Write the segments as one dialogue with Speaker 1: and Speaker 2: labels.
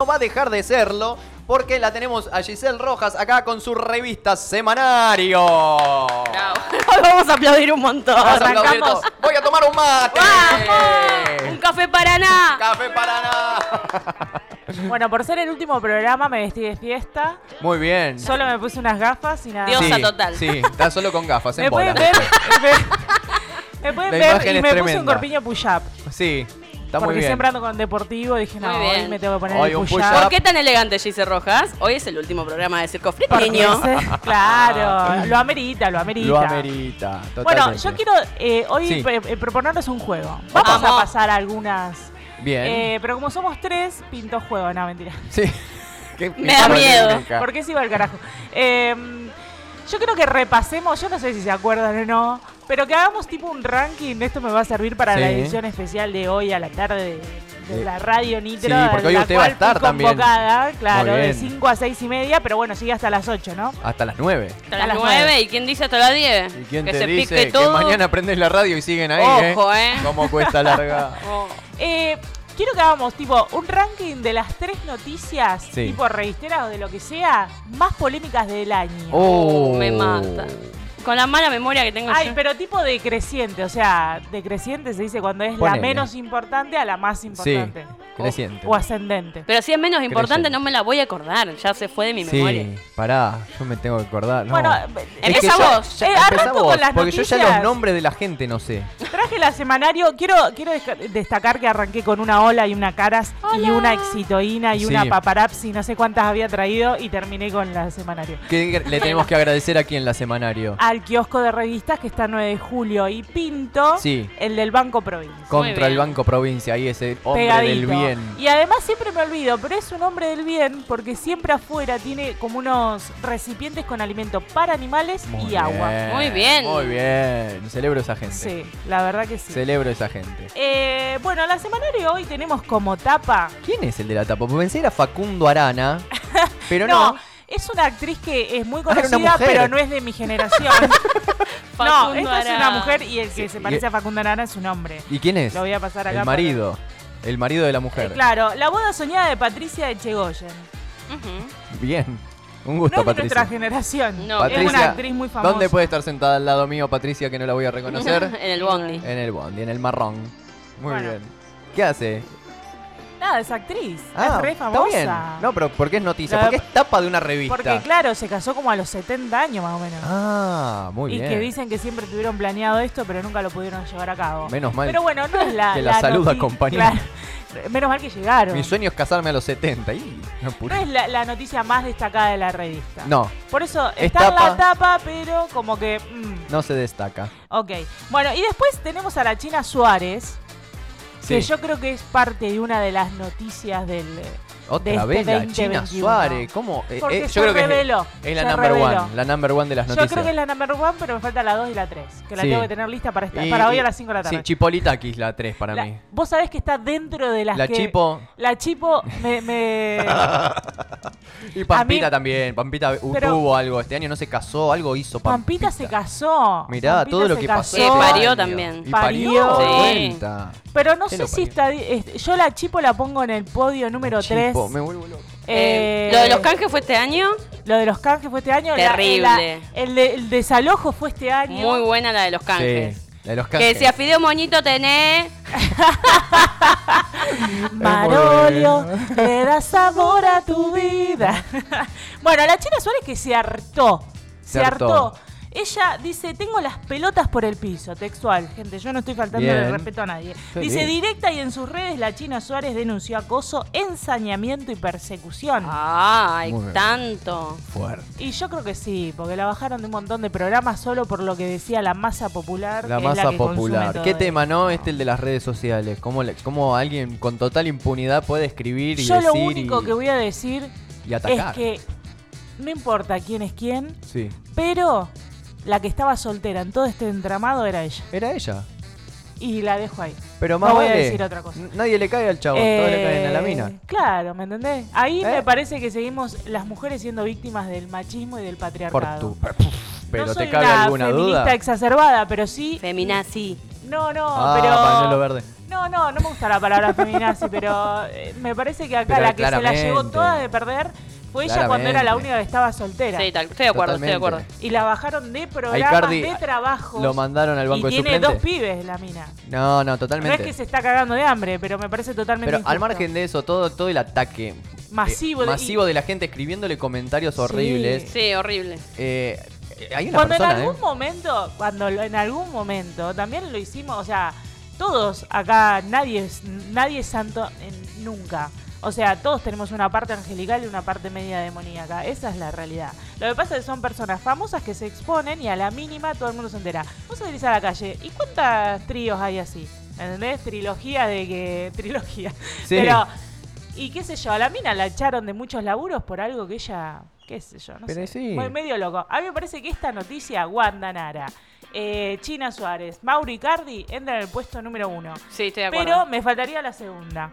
Speaker 1: No va a dejar de serlo porque la tenemos a Giselle Rojas acá con su revista Semanario.
Speaker 2: Vamos a aplaudir un montón.
Speaker 1: Vamos a aplaudir
Speaker 2: Arrancamos.
Speaker 1: todos. Voy a tomar un mate.
Speaker 2: ¡Vamos! Un café Paraná.
Speaker 1: Café Paraná.
Speaker 3: Bueno, por ser el último programa me vestí de fiesta.
Speaker 1: Muy bien.
Speaker 3: Solo me puse unas gafas y nada.
Speaker 2: Dios. Diosa total.
Speaker 1: Sí, está solo con gafas en
Speaker 3: me pueden
Speaker 1: bola.
Speaker 3: ver. Me, me pueden
Speaker 1: La
Speaker 3: ver
Speaker 1: imagen
Speaker 3: y
Speaker 1: es
Speaker 3: me puse un
Speaker 1: tremenda.
Speaker 3: corpiño push-up.
Speaker 1: Sí, está muy
Speaker 3: Porque
Speaker 1: bien.
Speaker 3: siempre ando con deportivo. Dije, no,
Speaker 2: Muy
Speaker 3: hoy
Speaker 2: bien.
Speaker 3: me tengo que poner
Speaker 1: Hoy
Speaker 3: el
Speaker 1: un
Speaker 3: push-up.
Speaker 1: push-up.
Speaker 2: ¿Por qué tan elegante Gise Rojas? Hoy es el último programa de Circo Freak,
Speaker 3: Porque
Speaker 2: niño.
Speaker 3: ese- claro, lo amerita, lo amerita.
Speaker 1: Ah. Lo amerita.
Speaker 3: Bueno,
Speaker 1: totalmente.
Speaker 3: yo quiero eh, hoy
Speaker 1: Sí.
Speaker 3: pre- eh, proponerles un juego.
Speaker 2: Vamos.
Speaker 3: Vamos a pasar algunas.
Speaker 1: Bien.
Speaker 3: eh, pero como somos tres, pinto juego, no, mentira.
Speaker 1: Sí. Qué
Speaker 2: Me da
Speaker 1: picante
Speaker 2: miedo.
Speaker 1: nunca.
Speaker 3: Porque se iba al carajo. Eh, yo creo que repasemos, yo no sé si se acuerdan o no, pero que hagamos tipo un ranking. Esto me va a servir para
Speaker 1: Sí.
Speaker 3: la edición especial de hoy a la tarde de, de
Speaker 1: Eh,
Speaker 3: la radio Nitro.
Speaker 1: sí, porque hoy
Speaker 3: la
Speaker 1: usted va a
Speaker 3: cual fui
Speaker 1: estar también.
Speaker 3: convocada, claro,
Speaker 1: Muy
Speaker 3: de
Speaker 1: bien.
Speaker 3: 5 a 6 y media, pero bueno, sigue hasta las 8, ¿no?
Speaker 1: Hasta las 9.
Speaker 2: Hasta
Speaker 3: A
Speaker 2: las
Speaker 3: las
Speaker 2: 9
Speaker 3: nueve.
Speaker 2: y quién dice hasta las 10.
Speaker 1: ¿Y quién
Speaker 2: que
Speaker 1: te
Speaker 2: se
Speaker 1: dice
Speaker 2: pique
Speaker 1: que
Speaker 2: todo.
Speaker 1: mañana prendes la radio y siguen ahí?
Speaker 2: Ojo, eh.
Speaker 1: ¿Cómo cuesta larga?
Speaker 2: Oh.
Speaker 3: Eh, quiero que hagamos tipo un ranking de las tres noticias,
Speaker 1: Sí.
Speaker 3: tipo revisteras o de lo que sea, más polémicas del año.
Speaker 1: Oh.
Speaker 3: Uh,
Speaker 2: Me mata. Con la mala memoria que tengo
Speaker 3: Ay,
Speaker 2: yo.
Speaker 3: pero tipo decreciente, o sea, decreciente se dice cuando es
Speaker 1: Ponele.
Speaker 3: la menos importante a la más
Speaker 1: Sí,
Speaker 3: importante.
Speaker 1: creciente.
Speaker 3: O ascendente.
Speaker 2: Pero si es menos importante,
Speaker 1: Creyente.
Speaker 2: no me la voy a acordar. Ya se fue de mi memoria.
Speaker 1: Sí, pará, yo me tengo que acordar. no.
Speaker 3: Bueno,
Speaker 2: Empieza
Speaker 1: que ya-
Speaker 2: vos.
Speaker 1: ya
Speaker 3: Eh,
Speaker 1: empezá
Speaker 3: arranco con
Speaker 1: vos,
Speaker 3: las
Speaker 1: porque yo ya los
Speaker 3: noticias.
Speaker 1: nombres de la gente no sé.
Speaker 3: eh, traje la semanario. Quiero, quiero desca- destacar que arranqué con una ola y una caras y una exitoína y
Speaker 1: Sí.
Speaker 3: una paparazzi, no sé cuántas había traído y terminé con la semanario.
Speaker 1: ¿Qué le tenemos que agradecer aquí en la semanario?
Speaker 3: Al kiosco de revistas que está 9 de julio y Pinto,
Speaker 1: Sí.
Speaker 3: el del Banco Provincia.
Speaker 1: Contra el
Speaker 2: bien.
Speaker 1: Banco Provincia, ahí ese hombre
Speaker 3: Pegadito.
Speaker 1: del bien.
Speaker 3: Y además siempre me olvido, pero es un hombre del bien porque siempre afuera tiene como unos recipientes con alimento para animales y agua.
Speaker 1: bien,
Speaker 2: Muy bien.
Speaker 1: Muy bien, celebro esa gente.
Speaker 3: Sí, la verdad que sí.
Speaker 1: Celebro esa gente.
Speaker 3: Eh, bueno, la semanario hoy tenemos como tapa.
Speaker 1: ¿Quién es el de la tapa? Porque pensé era Facundo Arana, pero no.
Speaker 3: No, es una actriz que es muy
Speaker 1: Ah, era una
Speaker 3: conocida,
Speaker 1: mujer.
Speaker 3: pero no es de mi generación. no,
Speaker 2: Facundo
Speaker 3: esta es
Speaker 2: Arana.
Speaker 3: una mujer y el que
Speaker 1: Y-
Speaker 3: se parece a Facundo Arana es su nombre.
Speaker 1: ¿Y quién es?
Speaker 3: Lo voy a pasar acá.
Speaker 1: el
Speaker 3: para-
Speaker 1: marido. El marido de la mujer.
Speaker 3: Eh, claro, la boda soñada de Patricia Echegoyen.
Speaker 2: Ujú.
Speaker 1: Bien. Un
Speaker 3: No
Speaker 1: gusto,
Speaker 3: es de
Speaker 1: Patricia.
Speaker 3: nuestra generación.
Speaker 2: No.
Speaker 3: es
Speaker 1: Patricia,
Speaker 3: una actriz muy famosa.
Speaker 1: ¿Dónde puede estar sentada al lado mío, Patricia, que no la voy a reconocer?
Speaker 2: en el bondi.
Speaker 1: en el bondi, en el marrón. Muy
Speaker 3: Bueno.
Speaker 1: bien. ¿Qué hace?
Speaker 3: Nada, es actriz. es re
Speaker 1: Ah, está
Speaker 3: famosa.
Speaker 1: bien. No, pero ¿por qué es noticia?
Speaker 3: La-
Speaker 1: Porque es tapa de una revista.
Speaker 3: Porque, claro, se casó como a los 70 años más o menos.
Speaker 1: Ah, muy
Speaker 3: y
Speaker 1: bien.
Speaker 3: que dicen que siempre tuvieron planeado esto, pero nunca lo pudieron llevar a cabo.
Speaker 1: Menos mal.
Speaker 3: Pero bueno, no es la.
Speaker 1: Que la salud
Speaker 3: noti-
Speaker 1: acompaña.
Speaker 3: Claro. Menos mal que llegaron.
Speaker 1: Mi sueño es casarme a los 70. Y... No,
Speaker 3: No
Speaker 1: pura-
Speaker 3: es la, la noticia más destacada de la revista.
Speaker 1: no,
Speaker 3: Por eso
Speaker 1: Es
Speaker 3: está en
Speaker 1: tapa.
Speaker 3: la tapa, pero como que. mm,
Speaker 1: no se destaca.
Speaker 3: ok. Bueno, y después tenemos a la China Suárez,
Speaker 1: Sí.
Speaker 3: que yo creo que es parte de una de las noticias del.
Speaker 1: Otra
Speaker 3: de este
Speaker 1: vez la
Speaker 3: 20,
Speaker 1: China
Speaker 3: 21.
Speaker 1: Suárez. ¿Cómo? Eh,
Speaker 3: Porque
Speaker 1: eh,
Speaker 3: se
Speaker 1: yo creo que es-
Speaker 3: reveló,
Speaker 1: es, la
Speaker 3: se
Speaker 1: number
Speaker 3: reveló.
Speaker 1: one. La number one de las
Speaker 3: Yo
Speaker 1: noticias.
Speaker 3: creo que es la number one, pero me falta la 2 y la 3, que la
Speaker 1: Sí.
Speaker 3: tengo que tener lista para, esta-
Speaker 1: Y-
Speaker 3: para hoy
Speaker 1: y-
Speaker 3: a las 5 de la tarde.
Speaker 1: Sí, Chipolitakis la 3 para
Speaker 3: La-
Speaker 1: mí.
Speaker 3: Vos sabés que está dentro de las
Speaker 1: La
Speaker 3: que-
Speaker 1: Chipo
Speaker 3: La Chipo me... me-
Speaker 1: y Pampita
Speaker 3: mí-
Speaker 1: también. Pampita uh,
Speaker 3: Pero-
Speaker 1: tuvo algo. Este año no se casó, algo hizo Pampita.
Speaker 3: Pampita se casó.
Speaker 1: Mirá,
Speaker 3: Pampita
Speaker 1: todo lo
Speaker 3: se
Speaker 1: que pasó.
Speaker 3: casó.
Speaker 2: Eh,
Speaker 1: este
Speaker 2: parió
Speaker 1: año.
Speaker 2: también.
Speaker 1: Y
Speaker 3: Parió.
Speaker 1: parió. de
Speaker 2: Sí.
Speaker 1: vuelta.
Speaker 3: Pero no
Speaker 1: ¿Qué
Speaker 3: sé
Speaker 1: lo
Speaker 3: si
Speaker 1: parió?
Speaker 3: está... este, Yo la Chipo la pongo en el podio número 3.
Speaker 1: Chipo, me vuelvo loco.
Speaker 2: Eh, lo de los canjes fue este año.
Speaker 3: Lo de los canjes fue este año. la-
Speaker 2: Terrible.
Speaker 3: el, de- el desalojo fue este año.
Speaker 2: Muy buena la de los canjes.
Speaker 1: Sí, la de los
Speaker 2: Que
Speaker 1: canjes.
Speaker 2: decía, fideo moñito tenés.
Speaker 3: Marolio, le da sabor a tu vida. bueno, la China Suárez que se hartó. Se
Speaker 1: Se hartó.
Speaker 3: hartó. Ella dice, tengo las pelotas por el piso, textual. Gente, yo no estoy faltando
Speaker 1: Bien.
Speaker 3: el respeto a nadie.
Speaker 1: Qué
Speaker 3: dice,
Speaker 1: bien.
Speaker 3: directa y en sus redes, la China Suárez denunció acoso, ensañamiento y persecución.
Speaker 2: Ah. Ay,
Speaker 1: Muy bien.
Speaker 2: tanto.
Speaker 1: Fuerte.
Speaker 3: Y yo creo que sí, porque la bajaron de un montón de programas solo por lo que decía la masa popular.
Speaker 1: La
Speaker 3: que es
Speaker 1: masa
Speaker 3: que consume
Speaker 1: popular.
Speaker 3: todo
Speaker 1: ¿Qué
Speaker 3: esto.
Speaker 1: tema, no? Este el de las redes sociales. ¿Cómo, le- cómo alguien con total impunidad puede escribir y
Speaker 3: Yo
Speaker 1: decir
Speaker 3: lo único
Speaker 1: y,
Speaker 3: que voy a decir
Speaker 1: y atacar?
Speaker 3: es que no importa quién es quién,
Speaker 1: Sí.
Speaker 3: Pero la que estaba soltera en todo este entramado era ella.
Speaker 1: Era ella.
Speaker 3: Y la dejo ahí.
Speaker 1: Pero más
Speaker 3: No voy a
Speaker 1: vale.
Speaker 3: decir otra cosa.
Speaker 1: n- Nadie le cae al chabón, todos le
Speaker 3: Eh,
Speaker 1: caen a la mina.
Speaker 3: Claro, ¿me entendés? Ahí
Speaker 1: Eh.
Speaker 3: me parece que seguimos las mujeres siendo víctimas del machismo y del
Speaker 1: Por
Speaker 3: patriarcado.
Speaker 1: tu. Pero
Speaker 3: no soy
Speaker 1: te cabe
Speaker 3: una
Speaker 1: alguna
Speaker 3: feminista
Speaker 1: duda.
Speaker 3: exacerbada, pero sí.
Speaker 2: Feminazi.
Speaker 3: No, no,
Speaker 1: Ah,
Speaker 3: pero.
Speaker 1: pañuelo verde.
Speaker 3: No, no, no me gusta la palabra feminazi, pero eh, me parece que acá
Speaker 1: Pero
Speaker 3: la que se la llevó
Speaker 1: claramente.
Speaker 3: toda de perder fue ella cuando era la
Speaker 1: Claramente.
Speaker 3: única que estaba soltera.
Speaker 2: Sí, tal, estoy de acuerdo, estoy de acuerdo.
Speaker 1: Totalmente.
Speaker 3: Y la bajaron de
Speaker 1: A
Speaker 3: programas,
Speaker 1: Icardi
Speaker 3: de trabajos.
Speaker 1: lo mandaron al banco
Speaker 3: y
Speaker 1: de
Speaker 3: tiene
Speaker 1: suplentes.
Speaker 3: dos pibes la mina.
Speaker 1: No, no,
Speaker 3: No es
Speaker 1: totalmente.
Speaker 3: que se está cagando de hambre, pero me parece totalmente
Speaker 1: Pero al
Speaker 3: injusto.
Speaker 1: margen de eso, todo, todo el ataque
Speaker 3: Masivo
Speaker 1: eh,
Speaker 3: de-
Speaker 1: masivo de la gente escribiéndole comentarios horribles.
Speaker 2: Sí, horrible.
Speaker 1: eh, hay una
Speaker 3: Cuando
Speaker 1: persona,
Speaker 3: en algún
Speaker 1: ¿eh?
Speaker 3: momento, cuando lo- en algún momento también lo hicimos, o sea, todos acá, nadie es, nadie es santo en- nunca. O sea, todos tenemos una parte angelical y una parte media demoníaca. Esa es la realidad. Lo que pasa es que son personas famosas que se exponen y a la mínima todo el mundo se entera. Vos salís a la calle y cuántas tríos hay así. ¿Entendés? Trilogía de que. Trilogía.
Speaker 1: Sí.
Speaker 3: Pero. Y qué sé yo, a la mina la echaron de muchos laburos por algo que ella. qué sé yo, no
Speaker 1: Pero
Speaker 3: sé.
Speaker 1: sí.
Speaker 3: Muy medio loco. A mí me parece que esta noticia, Wanda Nara, eh, China Suárez, Mauri Cardi entran en el puesto número uno.
Speaker 2: Sí, estoy de
Speaker 3: Pero
Speaker 2: acuerdo.
Speaker 3: me faltaría la segunda.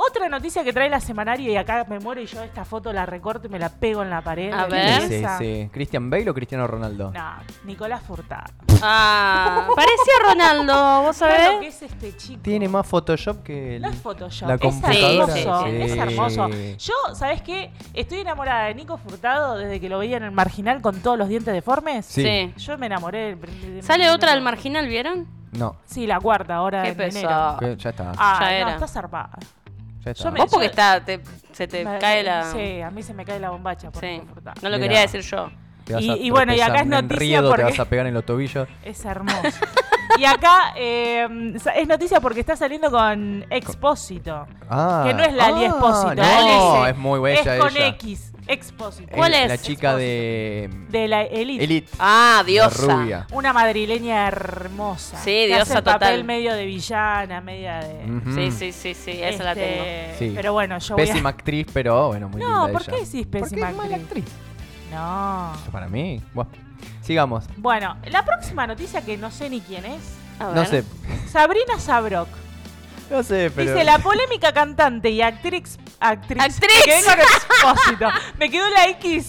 Speaker 3: Otra noticia que trae la semanaria y acá me muero y yo esta foto la recorto y me la pego en la pared.
Speaker 2: A
Speaker 3: ¿Qué
Speaker 2: ver.
Speaker 3: es
Speaker 1: Sí,
Speaker 3: esa?
Speaker 1: sí. ¿Cristian Bale o Cristiano Ronaldo?
Speaker 3: No, Nicolás Furtado.
Speaker 2: Ah, parecía Ronaldo, ¿vos
Speaker 3: ¿Sabés lo que
Speaker 2: sabés?
Speaker 3: es este chico?
Speaker 1: Tiene más Photoshop que el-
Speaker 3: No es Photoshop.
Speaker 1: la
Speaker 2: computadora.
Speaker 3: Es hermoso.
Speaker 2: Sí,
Speaker 3: Es
Speaker 2: sí.
Speaker 3: hermoso. Yo, ¿sabes qué? Estoy enamorada de Nico Furtado desde que lo veía en el marginal con todos los dientes deformes.
Speaker 1: Sí.
Speaker 3: Yo me enamoré. del- del-
Speaker 2: Sale otra del
Speaker 3: del-
Speaker 2: marginal, ¿vieron?
Speaker 1: No,
Speaker 3: Sí, la cuarta ahora
Speaker 2: Qué
Speaker 3: en enero.
Speaker 2: pesado.
Speaker 1: que- ya está.
Speaker 3: Ah,
Speaker 2: Ya
Speaker 3: no,
Speaker 2: era.
Speaker 3: está zarpada.
Speaker 1: ya está.
Speaker 3: yo me-
Speaker 2: Vos porque está, te- se te
Speaker 3: Me-
Speaker 2: cae la...
Speaker 3: Sí, a mí se me cae la bombacha por
Speaker 2: Sí.
Speaker 3: Nico Furtado.
Speaker 2: No lo
Speaker 1: Mira.
Speaker 2: quería decir yo.
Speaker 1: Te vas
Speaker 3: y-
Speaker 1: a
Speaker 3: y bueno, y acá es
Speaker 1: tropezar, un
Speaker 3: noticia
Speaker 1: enriedo
Speaker 3: porque-
Speaker 1: te vas a pegar en los tobillos.
Speaker 3: Es hermoso. y acá eh, sa- es noticia porque está saliendo con Expósito.
Speaker 1: Ah.
Speaker 3: Que no es la Ali
Speaker 1: Ah,
Speaker 3: Espósito,
Speaker 1: No,
Speaker 3: es-
Speaker 1: es muy bella
Speaker 3: es con
Speaker 1: ella.
Speaker 3: X, Expósito.
Speaker 2: ¿Cuál
Speaker 1: Eh,
Speaker 2: es?
Speaker 1: La chica de
Speaker 3: De la Elite.
Speaker 1: Elite.
Speaker 2: Ah,
Speaker 1: la
Speaker 2: diosa.
Speaker 1: rubia.
Speaker 3: Una madrileña hermosa.
Speaker 2: Sí,
Speaker 3: Que
Speaker 2: diosa
Speaker 3: hace el
Speaker 2: total.
Speaker 3: papel medio de villana, media de...
Speaker 1: Ujú.
Speaker 2: Sí, sí, sí, sí, esa la
Speaker 3: Este,
Speaker 2: tengo.
Speaker 1: Mm. Sí.
Speaker 3: Pero bueno, yo
Speaker 1: Pésima actriz, pero bueno, muy
Speaker 3: voy a...
Speaker 1: linda
Speaker 3: No, ¿por
Speaker 1: ella.
Speaker 3: qué decís
Speaker 1: Porque
Speaker 3: pésima
Speaker 1: es mala
Speaker 3: actriz?
Speaker 1: actriz.
Speaker 3: No.
Speaker 1: Para mí, bueno. Sigamos.
Speaker 3: Bueno, la próxima noticia que no sé ni quién es.
Speaker 2: A ver.
Speaker 1: No sé,
Speaker 3: Sabrina Sabrok.
Speaker 1: no sé, pero...
Speaker 3: Dice la polémica cantante y actriz... Actriz.
Speaker 2: ¡Actriz!
Speaker 3: Quedé con expósito. Me quedó la X.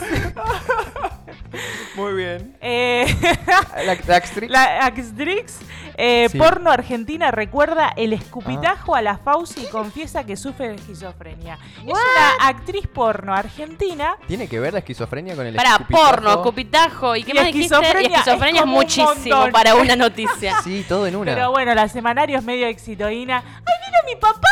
Speaker 1: Muy bien.
Speaker 3: Eh,
Speaker 1: La, la actriz...
Speaker 3: la actriz eh,
Speaker 1: Sí. Ah.
Speaker 3: porno argentina recuerda el escupitajo a la Fauci y confiesa que sufre de esquizofrenia. Es una actriz porno argentina
Speaker 1: ¿Tiene que ver la esquizofrenia con el
Speaker 2: Para
Speaker 1: escupitajo?
Speaker 2: porno, escupitajo y qué
Speaker 3: Y
Speaker 2: más dijiste?
Speaker 3: esquizofrenia,
Speaker 2: Y esquizofrenia
Speaker 3: es
Speaker 2: es,
Speaker 3: como un
Speaker 2: muchísimo
Speaker 3: montón.
Speaker 2: para una noticia.
Speaker 1: Sí, todo en una.
Speaker 3: Pero bueno, la semanario es medio exitoína. ¡Ay, vino mi papá!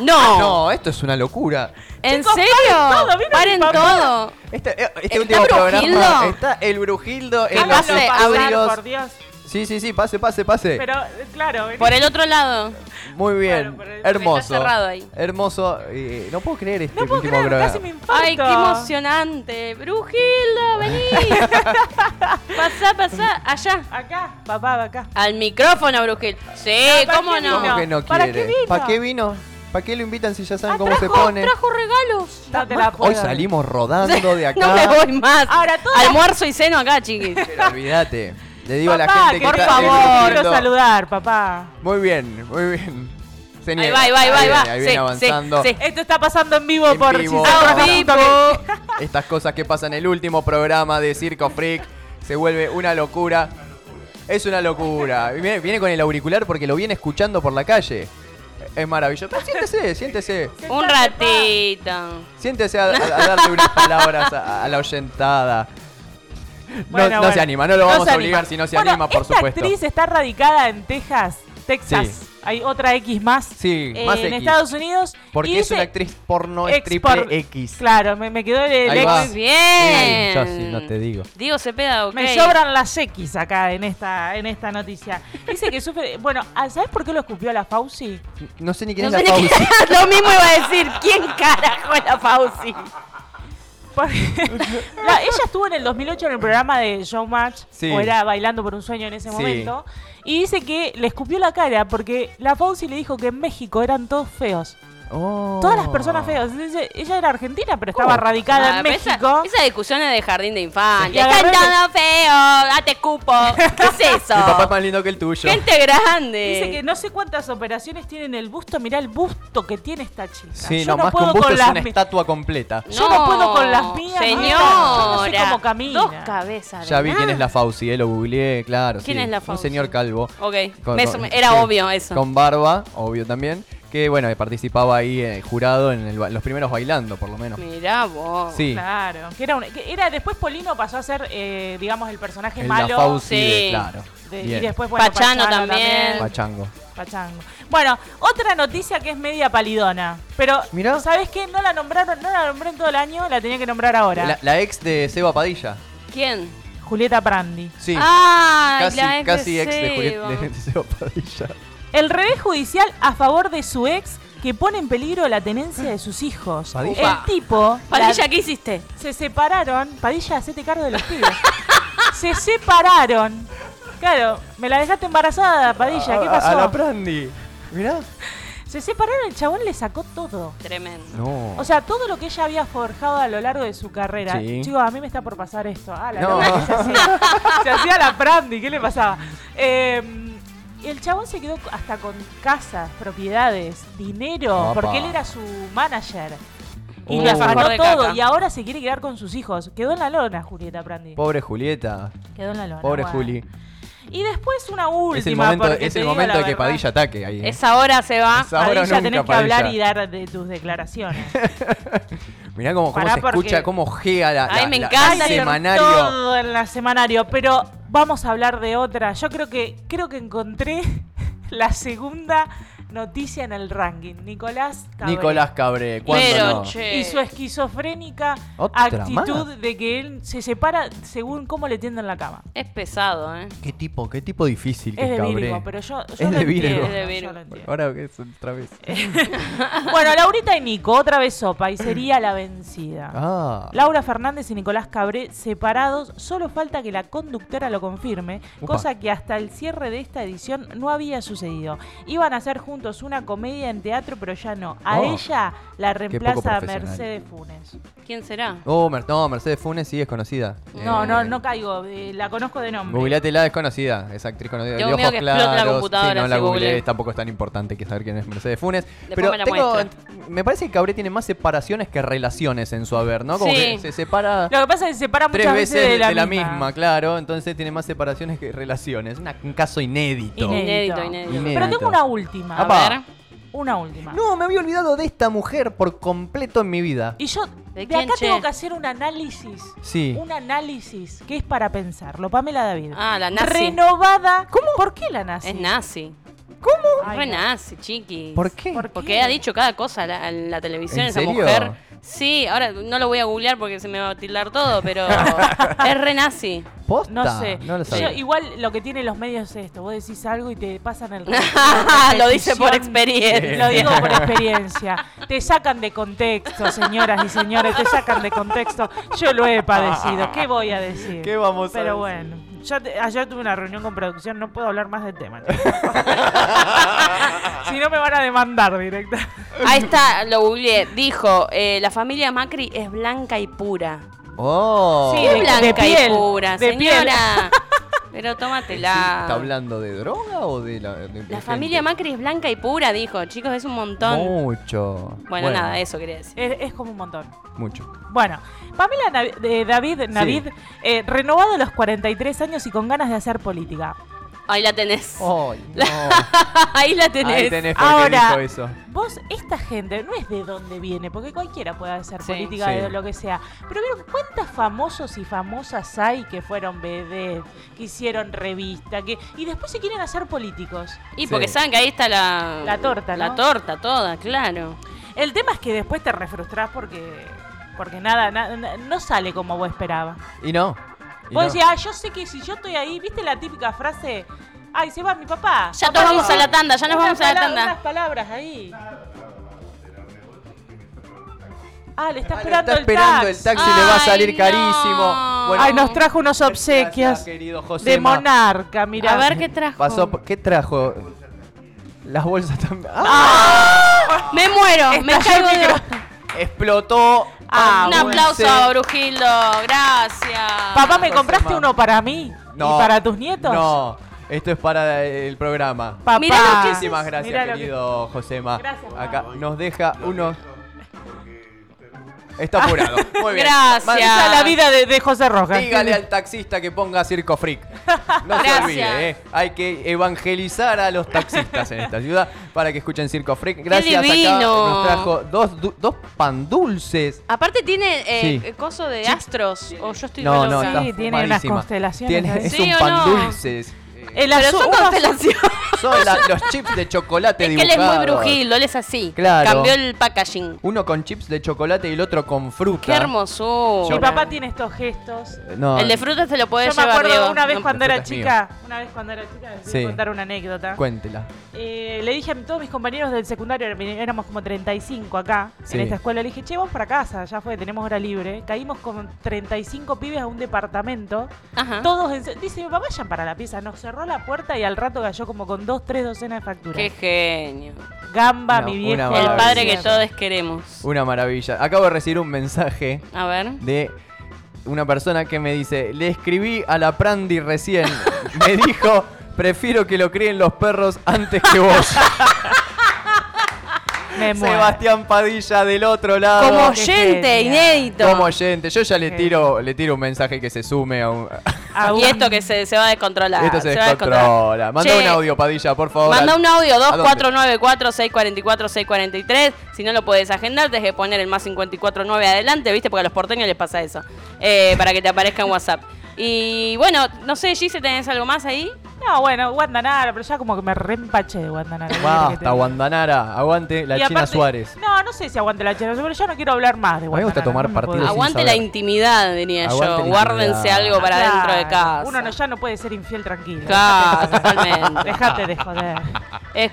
Speaker 2: No,
Speaker 1: Ah, No, esto es una locura.
Speaker 2: ¿en
Speaker 3: Chicos,
Speaker 2: serio?
Speaker 3: paren todo, vino
Speaker 2: Paren
Speaker 3: mi papá.
Speaker 2: todo.
Speaker 1: Este, eh, este
Speaker 2: ¿Está
Speaker 1: último programa
Speaker 2: Brujildo?
Speaker 1: está el Brujildo en
Speaker 2: Que
Speaker 1: los
Speaker 2: pase a
Speaker 3: pasar,
Speaker 1: estudios.
Speaker 3: por Dios.
Speaker 1: Sí, sí, sí, pase, pase, pase.
Speaker 3: Pero, eh, claro, vení.
Speaker 2: Por el otro lado.
Speaker 1: Muy bien,
Speaker 3: Claro, pero está
Speaker 1: hermoso.
Speaker 2: cerrado ahí.
Speaker 1: Hermoso. eh, no puedo creer este
Speaker 3: no puedo
Speaker 1: último
Speaker 3: creer,
Speaker 1: programa.
Speaker 3: casi me infarto.
Speaker 2: Ay, qué emocionante. Brujildo, vení. pasá, pasá. Allá.
Speaker 3: Acá, papá, acá.
Speaker 2: Al micrófono, Brujildo. Sí,
Speaker 3: No,
Speaker 2: cómo
Speaker 3: ¿para qué
Speaker 2: no.
Speaker 1: ¿Cómo que no
Speaker 3: ¿Para qué
Speaker 1: quiere?
Speaker 3: vino?
Speaker 1: ¿Para qué vino? ¿Para qué lo invitan si ya saben
Speaker 2: Ah,
Speaker 1: cómo se
Speaker 2: trajo-
Speaker 1: pone?
Speaker 2: Trajo regalos.
Speaker 3: No te la puedo
Speaker 1: Hoy
Speaker 3: creer.
Speaker 1: salimos rodando de acá.
Speaker 2: No me voy más.
Speaker 3: Ahora todas-
Speaker 2: Almuerzo y ceno acá, chiquis.
Speaker 1: Pero olvídate. Le digo a la
Speaker 3: Papá,
Speaker 1: gente que
Speaker 3: por
Speaker 1: está en el
Speaker 3: favor, quiero
Speaker 1: mundo.
Speaker 3: saludar, papá.
Speaker 1: Muy bien, muy bien. Se
Speaker 2: Ahí
Speaker 1: niega.
Speaker 2: va, ahí va, ahí va.
Speaker 1: Ahí
Speaker 2: ahí
Speaker 1: viene,
Speaker 2: va.
Speaker 1: ahí viene
Speaker 2: Sí,
Speaker 1: avanzando.
Speaker 2: Sí, sí.
Speaker 3: Esto está pasando en vivo
Speaker 1: En
Speaker 3: por
Speaker 1: vivo.
Speaker 3: Cisarro.
Speaker 2: Ah, vivo.
Speaker 1: Estas cosas que pasan en el último programa de Circo Freak se vuelve una locura. Es una locura. Viene, viene con el auricular porque lo viene escuchando por la calle. Es maravilloso. Pero siéntese, siéntese.
Speaker 2: Un ratito.
Speaker 1: Siéntese a, a- a darle unas palabras a, a la oyentada. No,
Speaker 3: Bueno,
Speaker 1: no se
Speaker 3: bueno.
Speaker 1: anima, no lo
Speaker 3: No
Speaker 1: vamos
Speaker 3: se
Speaker 1: a
Speaker 3: anima.
Speaker 1: obligar si no se
Speaker 3: Bueno,
Speaker 1: anima, por
Speaker 3: esta
Speaker 1: supuesto.
Speaker 3: actriz está radicada en Texas, Texas.
Speaker 1: Sí.
Speaker 3: Hay otra X más.
Speaker 1: Sí,
Speaker 3: eh,
Speaker 1: más
Speaker 3: en
Speaker 1: X.
Speaker 3: Estados Unidos.
Speaker 1: Porque
Speaker 3: Y
Speaker 1: es una
Speaker 3: dice-
Speaker 1: actriz porno es
Speaker 3: Ex
Speaker 1: triple
Speaker 3: por-
Speaker 1: X.
Speaker 3: Claro, me, me quedó el, el
Speaker 1: Ahí
Speaker 3: ex-
Speaker 1: va.
Speaker 2: Muy bien.
Speaker 1: Sí, yo sí, no te digo.
Speaker 2: Digo Cepeda, ok.
Speaker 3: Me sobran las X acá en esta, en esta noticia. Dice que sufre. Bueno, ah, ¿sabes por qué lo escupió a la Fauci?
Speaker 1: No sé ni quién
Speaker 2: No
Speaker 1: es
Speaker 2: sé
Speaker 1: la
Speaker 2: ni
Speaker 1: Fauci.
Speaker 2: qué- Lo mismo iba a decir. ¿Quién carajo es la Fauci?
Speaker 3: Porque- La- ella estuvo en el 2008 en el programa de Showmatch,
Speaker 1: Sí.
Speaker 3: o era Bailando por un Sueño en ese
Speaker 1: Sí.
Speaker 3: momento, y dice que le escupió la cara porque la Fauci le dijo que en México eran todos feos.
Speaker 1: Oh.
Speaker 3: Todas las personas feas. Ella- Ella era argentina, pero estaba radicada
Speaker 2: Ah,
Speaker 3: en
Speaker 2: pero esa-
Speaker 3: México.
Speaker 2: Esa, discusión es de jardín de infantes.
Speaker 3: Y agarré-
Speaker 2: Están todo feo, date cupo. ¿Qué es eso?
Speaker 1: Mi papá es más lindo que el tuyo.
Speaker 2: Gente grande.
Speaker 3: Dice que no sé cuántas operaciones tiene en el busto. Mirá el busto que tiene esta chica.
Speaker 1: Sí,
Speaker 3: Yo
Speaker 1: no, más que
Speaker 3: puedo
Speaker 1: un busto
Speaker 3: con
Speaker 1: es
Speaker 3: las
Speaker 1: una
Speaker 3: mi-
Speaker 1: estatua completa.
Speaker 3: Yo no puedo con las mías,
Speaker 2: Señora.
Speaker 3: yo no sé cómo camina.
Speaker 2: Dos cabezas. de
Speaker 1: Ya vi
Speaker 2: nada.
Speaker 1: quién es la Fauci, eh, lo googleé, claro.
Speaker 2: ¿Quién
Speaker 1: sí.
Speaker 2: es la Fauci?
Speaker 1: Un señor calvo.
Speaker 2: Ok,
Speaker 1: Con-
Speaker 2: me-
Speaker 1: con-
Speaker 2: era
Speaker 1: sí,
Speaker 2: obvio eso.
Speaker 1: Con barba, obvio también. Que bueno, participaba ahí eh, jurado en el ba- los primeros bailando, por lo menos.
Speaker 2: Mirá vos.
Speaker 1: Sí,
Speaker 3: Claro. Que era, un- que era, después Polino pasó a ser, eh, digamos, el personaje
Speaker 1: el la
Speaker 3: malo.
Speaker 1: Fauci, de-
Speaker 2: sí.
Speaker 1: claro.
Speaker 3: de- y
Speaker 1: Bien.
Speaker 3: después, bueno,
Speaker 2: Pachano también.
Speaker 1: Pachango.
Speaker 3: Pachango. Bueno, otra noticia que es media palidona. Pero,
Speaker 1: Mirá.
Speaker 3: ¿sabes qué? No la nombraron, no la nombré en todo el año, la tenía que nombrar ahora.
Speaker 1: La, la ex de Seba Padilla.
Speaker 2: ¿Quién?
Speaker 3: Julieta Prandi.
Speaker 1: Sí.
Speaker 2: Ah,
Speaker 1: casi
Speaker 2: la ex de
Speaker 1: casi ex de,
Speaker 2: Seba.
Speaker 1: Juliet- de- de Seba Padilla.
Speaker 3: El revés judicial a favor de su ex que pone en peligro la tenencia de sus hijos.
Speaker 1: Padilla.
Speaker 3: El tipo
Speaker 2: Padilla, ¿qué hiciste?
Speaker 3: se separaron. Padilla, hacete cargo de los pibes. se separaron. Claro, me la dejaste embarazada, Padilla. ¿Qué
Speaker 1: A- A, a la
Speaker 3: pasó?
Speaker 1: Prandi. Mirá.
Speaker 3: Se separaron, el chabón le sacó todo.
Speaker 2: Tremendo.
Speaker 1: No.
Speaker 3: O sea, todo lo que ella había forjado a lo largo de su carrera.
Speaker 1: Sí.
Speaker 3: Chicos, a mí me está por pasar esto. Ah, la
Speaker 1: No.
Speaker 3: loca que se hacía, se hacía la Prandi, ¿qué le pasaba? Eh, el chabón se quedó hasta con casas, propiedades, dinero,
Speaker 1: Opa.
Speaker 3: porque él era su manager. Y
Speaker 1: Uh.
Speaker 3: le
Speaker 1: Un alfajor
Speaker 3: afanó
Speaker 2: de
Speaker 3: todo
Speaker 2: caca.
Speaker 3: y ahora se quiere quedar con sus hijos. Quedó en la lona, Julieta Prandi.
Speaker 1: Pobre Julieta.
Speaker 3: Quedó en la lona.
Speaker 1: Pobre
Speaker 3: bueno.
Speaker 1: Juli.
Speaker 3: Y después una última.
Speaker 1: Es el momento,
Speaker 3: porque
Speaker 1: es
Speaker 3: te
Speaker 1: el
Speaker 3: digo la
Speaker 1: momento de que
Speaker 3: verdad.
Speaker 1: Padilla ataque ahí. ¿eh?
Speaker 2: Esa hora se va.
Speaker 1: Es ahora o
Speaker 3: Padilla,
Speaker 1: nunca,
Speaker 3: tenés que
Speaker 1: Padilla.
Speaker 3: hablar y dar de tus declaraciones.
Speaker 1: Mirá cómo, cómo
Speaker 3: Pará,
Speaker 1: se
Speaker 3: porque-
Speaker 1: escucha, cómo gea la,
Speaker 2: Ay,
Speaker 1: la-
Speaker 2: me
Speaker 1: la-
Speaker 2: encanta
Speaker 1: el
Speaker 2: hacer
Speaker 1: semanario.
Speaker 3: Todo en la semanario, pero vamos a hablar de otra. Yo creo que creo que encontré la segunda noticia en el ranking. Nicolás Cabré.
Speaker 1: Nicolás Cabré, ¿cuándo
Speaker 2: Pero,
Speaker 1: no?
Speaker 2: che.
Speaker 3: y su esquizofrénica
Speaker 1: Otra
Speaker 3: actitud
Speaker 1: más.
Speaker 3: de que él se separa según cómo le tienden la cama.
Speaker 2: Es pesado, ¿eh?
Speaker 1: Qué tipo, qué tipo difícil que
Speaker 3: Es de
Speaker 1: Cabré.
Speaker 3: Virgo, pero yo, yo
Speaker 1: Es
Speaker 3: lo
Speaker 1: de Virgo.
Speaker 3: entiendo,
Speaker 2: Es de
Speaker 3: yo
Speaker 2: Virgo.
Speaker 3: lo entiendo.
Speaker 1: Ahora que es otra vez.
Speaker 3: Eh, Bueno, Laurita y Nico, otra vez sopa, y sería la vencida.
Speaker 1: Ah,
Speaker 3: Laura Fernández y Nicolás Cabré separados, solo falta que la conductora lo confirme,
Speaker 1: Upa.
Speaker 3: cosa que hasta el cierre de esta edición no había sucedido. Iban a hacer juntos una comedia en teatro, pero ya no. A
Speaker 1: Oh.
Speaker 3: ella la reemplaza
Speaker 1: profesional. Eh.
Speaker 3: Mercedes Funes.
Speaker 2: ¿Quién será?
Speaker 1: oh, Mer- no, Mercedes Funes sí es conocida.
Speaker 3: No,
Speaker 1: Eh,
Speaker 3: no, no caigo, eh, la conozco de nombre.
Speaker 1: Googleatela es conocida, es actriz conocida.
Speaker 2: Tengo
Speaker 1: de ojos
Speaker 2: miedo que explote la
Speaker 1: claros.
Speaker 2: computadora
Speaker 1: sí, no
Speaker 2: si
Speaker 1: la
Speaker 2: googleé.
Speaker 1: googleé, tampoco es tan importante que saber quién es Mercedes Funes. pero
Speaker 2: me la
Speaker 1: tengo,
Speaker 2: muestra.
Speaker 1: me parece que Cabré tiene más separaciones que relaciones en su haber, ¿no? Como
Speaker 2: Sí.
Speaker 1: que se separa
Speaker 3: Lo que pasa es que se separa muchas
Speaker 1: tres veces de,
Speaker 3: de la,
Speaker 1: misma. claro. Entonces tiene más separaciones que relaciones. Una- un caso inédito.
Speaker 3: Inédito.
Speaker 2: Inédito, inédito.
Speaker 1: Inédito.
Speaker 3: Pero tengo una última.
Speaker 2: A
Speaker 1: Apa.
Speaker 2: ver.
Speaker 3: Una última.
Speaker 1: No, me había olvidado de esta mujer por completo en mi vida.
Speaker 3: Y yo de,
Speaker 2: ¿De quién,
Speaker 3: acá
Speaker 2: che?
Speaker 3: tengo que hacer un análisis.
Speaker 1: Sí.
Speaker 3: Un análisis que es para pensarlo. Pamela David.
Speaker 2: Ah, la nazi.
Speaker 3: Renovada. ¿Cómo? ¿Por qué la nazi?
Speaker 2: Es nazi.
Speaker 3: Ay,
Speaker 2: Re
Speaker 3: no.
Speaker 2: nazi, chiqui.
Speaker 1: ¿Por qué?
Speaker 3: ¿Por
Speaker 2: Porque ha dicho cada cosa la- en la televisión
Speaker 1: ¿En
Speaker 2: esa
Speaker 1: serio?
Speaker 2: mujer. Sí, ahora no lo voy a googlear porque se me va a tildar todo, pero es re nazi.
Speaker 1: ¿Posta?
Speaker 3: No sé.
Speaker 1: No lo
Speaker 3: Yo-
Speaker 1: sabía.
Speaker 3: igual lo que tienen los medios es esto. Vos decís algo y te pasan el
Speaker 2: lo dice por
Speaker 3: Lo
Speaker 2: experiencia.
Speaker 3: digo por experiencia. Te sacan de contexto, señoras y señores, te sacan de contexto. Yo lo he padecido. ¿Qué voy a decir?
Speaker 1: ¿Qué vamos a
Speaker 3: Pero
Speaker 1: decir?
Speaker 3: bueno, yo te- ayer tuve una reunión con producción, no puedo hablar más del tema. si no me van a demandar directa.
Speaker 2: Ahí está, lo googleé. Dijo, eh, la familia Macri es blanca y pura.
Speaker 1: Oh.
Speaker 3: Sí,
Speaker 2: ¿Qué
Speaker 3: de-
Speaker 2: blanca
Speaker 3: de piel,
Speaker 2: y pura,
Speaker 3: de piel.
Speaker 2: señora? Pero tómatela.
Speaker 1: ¿Está hablando de droga o de la.? de- de
Speaker 2: La familia
Speaker 1: gente?
Speaker 2: Macri es blanca y pura, dijo. Chicos, es un montón.
Speaker 1: Mucho.
Speaker 2: Bueno, nada, eso quería decir.
Speaker 3: Es, es como un montón.
Speaker 1: Mucho.
Speaker 3: Bueno, Pamela Nav- de David, Navid, eh, renovado a los 43 años y con ganas de hacer política.
Speaker 2: Ahí la tenés.
Speaker 1: Ay, no.
Speaker 2: Ahí la tenés.
Speaker 1: Oh. Ahí tenés por qué
Speaker 3: Ahora,
Speaker 1: dijo eso.
Speaker 3: vos, esta gente no es de dónde viene, porque cualquiera puede hacer
Speaker 2: Sí.
Speaker 3: política
Speaker 1: Sí.
Speaker 3: de lo que sea. Pero vieron cuántos famosos y famosas hay que fueron bebés, que hicieron revista, que y después se quieren hacer políticos.
Speaker 2: Y
Speaker 1: Sí.
Speaker 2: porque saben que ahí está la...
Speaker 3: La torta, ¿no?
Speaker 2: La torta toda, claro.
Speaker 3: El tema es que después te refrustrás porque porque nada, na- na- no sale como vos esperabas.
Speaker 1: Y no. y no.
Speaker 3: Vos decías, ah, yo sé que si yo estoy ahí, ¿viste la típica frase? Ay, se va mi papá.
Speaker 2: Ya
Speaker 3: Papá,
Speaker 2: todos vamos
Speaker 3: no.
Speaker 2: a la tanda, ya nos
Speaker 3: Unas
Speaker 2: vamos a la
Speaker 3: pala-
Speaker 2: tanda.
Speaker 3: Unas palabras ahí. Ah, le está
Speaker 1: Ah, le
Speaker 3: esperando,
Speaker 1: está esperando
Speaker 3: el
Speaker 1: el
Speaker 3: taxi.
Speaker 1: taxi, le va a
Speaker 2: Ay,
Speaker 1: salir
Speaker 2: no.
Speaker 1: carísimo. Bueno,
Speaker 3: Ay, nos trajo unos
Speaker 1: gracias,
Speaker 3: obsequios
Speaker 1: querido
Speaker 3: de
Speaker 1: Josema.
Speaker 3: Monarca, mirá.
Speaker 2: A ver qué trajo.
Speaker 1: Pasó, por- ¿Qué trajo? Las bolsas también. ¡Ah!
Speaker 2: ¡Ah! Me muero, me
Speaker 1: Estalló el
Speaker 2: caigo de...
Speaker 1: micro- Explotó.
Speaker 3: Ah,
Speaker 2: Un
Speaker 3: bueno.
Speaker 2: aplauso a
Speaker 1: Sí.
Speaker 2: Brujildo, gracias.
Speaker 3: Papá, ¿me
Speaker 1: Entonces,
Speaker 3: compraste
Speaker 1: mamá.
Speaker 3: uno para mí? ¿Y para tus nietos?
Speaker 1: No, esto es para el programa.
Speaker 3: Papá.
Speaker 2: Mirá lo que es
Speaker 1: Muchísimas gracias,
Speaker 3: Mirá lo que-
Speaker 1: querido Josema.
Speaker 3: Gracias, mamá.
Speaker 1: Acá nos deja unos. Está apurado. Muy bien.
Speaker 2: Gracias.
Speaker 1: Manda-
Speaker 3: Esa es la vida de, de José Rojas.
Speaker 1: Dígale al taxista que ponga Circo Freak. No se
Speaker 2: Gracias.
Speaker 1: olvide, ¿eh? Hay que evangelizar a los taxistas en esta ciudad para que escuchen Circo Freak. Gracias acá
Speaker 2: divino.
Speaker 1: nos trajo dos, du- dos pan dulces.
Speaker 2: Aparte tiene eh,
Speaker 1: Sí.
Speaker 2: coso de astros, o yo estoy
Speaker 1: No,
Speaker 2: re
Speaker 1: no,
Speaker 2: loca.
Speaker 1: está
Speaker 3: Sí, tiene unas
Speaker 1: fumadísima.
Speaker 3: constelaciones
Speaker 1: Tiene-
Speaker 3: ahí.
Speaker 1: es
Speaker 2: ¿Sí
Speaker 1: un
Speaker 2: o
Speaker 1: pan
Speaker 2: no?
Speaker 1: dulces. Eh,
Speaker 3: El
Speaker 2: Pero
Speaker 3: azul-
Speaker 2: son
Speaker 3: unas-
Speaker 2: constelaciones.
Speaker 1: Son la- los chips de chocolate
Speaker 2: Es que él es
Speaker 1: dibujados.
Speaker 2: muy brujildo, él es así.
Speaker 1: Claro.
Speaker 2: Cambió el packaging.
Speaker 1: Uno con chips de chocolate y el otro con fruta. Eh,
Speaker 2: Qué hermosura.
Speaker 3: Mi papá tiene estos gestos.
Speaker 1: No,
Speaker 2: El de frutas se lo puede
Speaker 3: Yo me
Speaker 2: llevar,
Speaker 3: acuerdo
Speaker 2: Diego.
Speaker 3: una vez
Speaker 2: No-
Speaker 1: cuando
Speaker 3: cuando
Speaker 1: era
Speaker 3: era
Speaker 1: es mío.
Speaker 3: chica, una vez cuando era chica, les voy
Speaker 1: Sí.
Speaker 3: a contar una anécdota.
Speaker 1: Cuéntela.
Speaker 3: Eh, le dije a todos mis compañeros del secundario, era- éramos como 35 acá,
Speaker 1: Sí.
Speaker 3: en esta escuela, le dije, che, vamos para casa, ya fue, tenemos hora libre. Caímos con 35 pibes a un departamento,
Speaker 1: Ah.
Speaker 2: Ajá.
Speaker 3: todos en... se- Dice, "Va- vayan para la pieza, nos cerró la puerta y al rato cayó como con dos, tres docenas de facturas.
Speaker 2: Qué genio.
Speaker 3: Gamba,
Speaker 1: Una-
Speaker 3: mi
Speaker 1: una
Speaker 3: viejo.
Speaker 2: El padre que
Speaker 1: Maravilla.
Speaker 2: todos queremos.
Speaker 1: Una maravilla. Acabo de recibir un mensaje
Speaker 2: A ver.
Speaker 1: de una persona que me dice, le escribí a la Prandi recién, me dijo, prefiero que lo críen los perros antes que vos.
Speaker 3: Me muero.
Speaker 1: Sebastián Padilla del otro lado.
Speaker 2: Como
Speaker 3: qué
Speaker 2: oyente,
Speaker 3: genial.
Speaker 2: inédito.
Speaker 1: Como oyente, yo ya le tiro, le tiro un mensaje que se sume a un...
Speaker 3: A un-
Speaker 2: Y esto que se, se va a descontrolar.
Speaker 1: Esto se
Speaker 2: va
Speaker 1: descontrola.
Speaker 2: a
Speaker 1: Manda
Speaker 2: Che,
Speaker 1: un audio, Padilla, por favor.
Speaker 2: Manda
Speaker 1: al-
Speaker 2: un audio
Speaker 1: ¿A dónde?
Speaker 2: 2494-644-643. Si no lo puedes agendar, tenés que poner el más 549 adelante, ¿viste? Porque a los porteños les pasa eso. Eh, para que te aparezca en WhatsApp. Y bueno, no sé, Gise, ¿tenés algo más ahí?
Speaker 3: No, bueno, Guandanara, pero ya como que me reempaché de Guandanara. ¿Qué
Speaker 1: Basta,
Speaker 3: te-
Speaker 1: Guandanara. Aguante la
Speaker 3: Y
Speaker 1: China
Speaker 3: aparte-
Speaker 1: Suárez.
Speaker 3: No, no sé si aguante la China Suárez, pero yo no quiero hablar más de
Speaker 1: A mí me gusta
Speaker 3: Guantanara,
Speaker 1: tomar
Speaker 3: no me
Speaker 1: partido
Speaker 3: puedo-
Speaker 1: sin
Speaker 2: Aguante
Speaker 1: saber.
Speaker 2: la intimidad, diría
Speaker 1: Aguante
Speaker 2: yo.
Speaker 1: la
Speaker 2: Guárdense
Speaker 1: intimidad.
Speaker 2: algo para
Speaker 3: Claro,
Speaker 2: dentro de casa.
Speaker 3: Uno no, ya no puede ser infiel tranquilo.
Speaker 2: Claro,
Speaker 3: Dejate de
Speaker 2: totalmente.
Speaker 3: joder. Dejate de joder.
Speaker 2: Es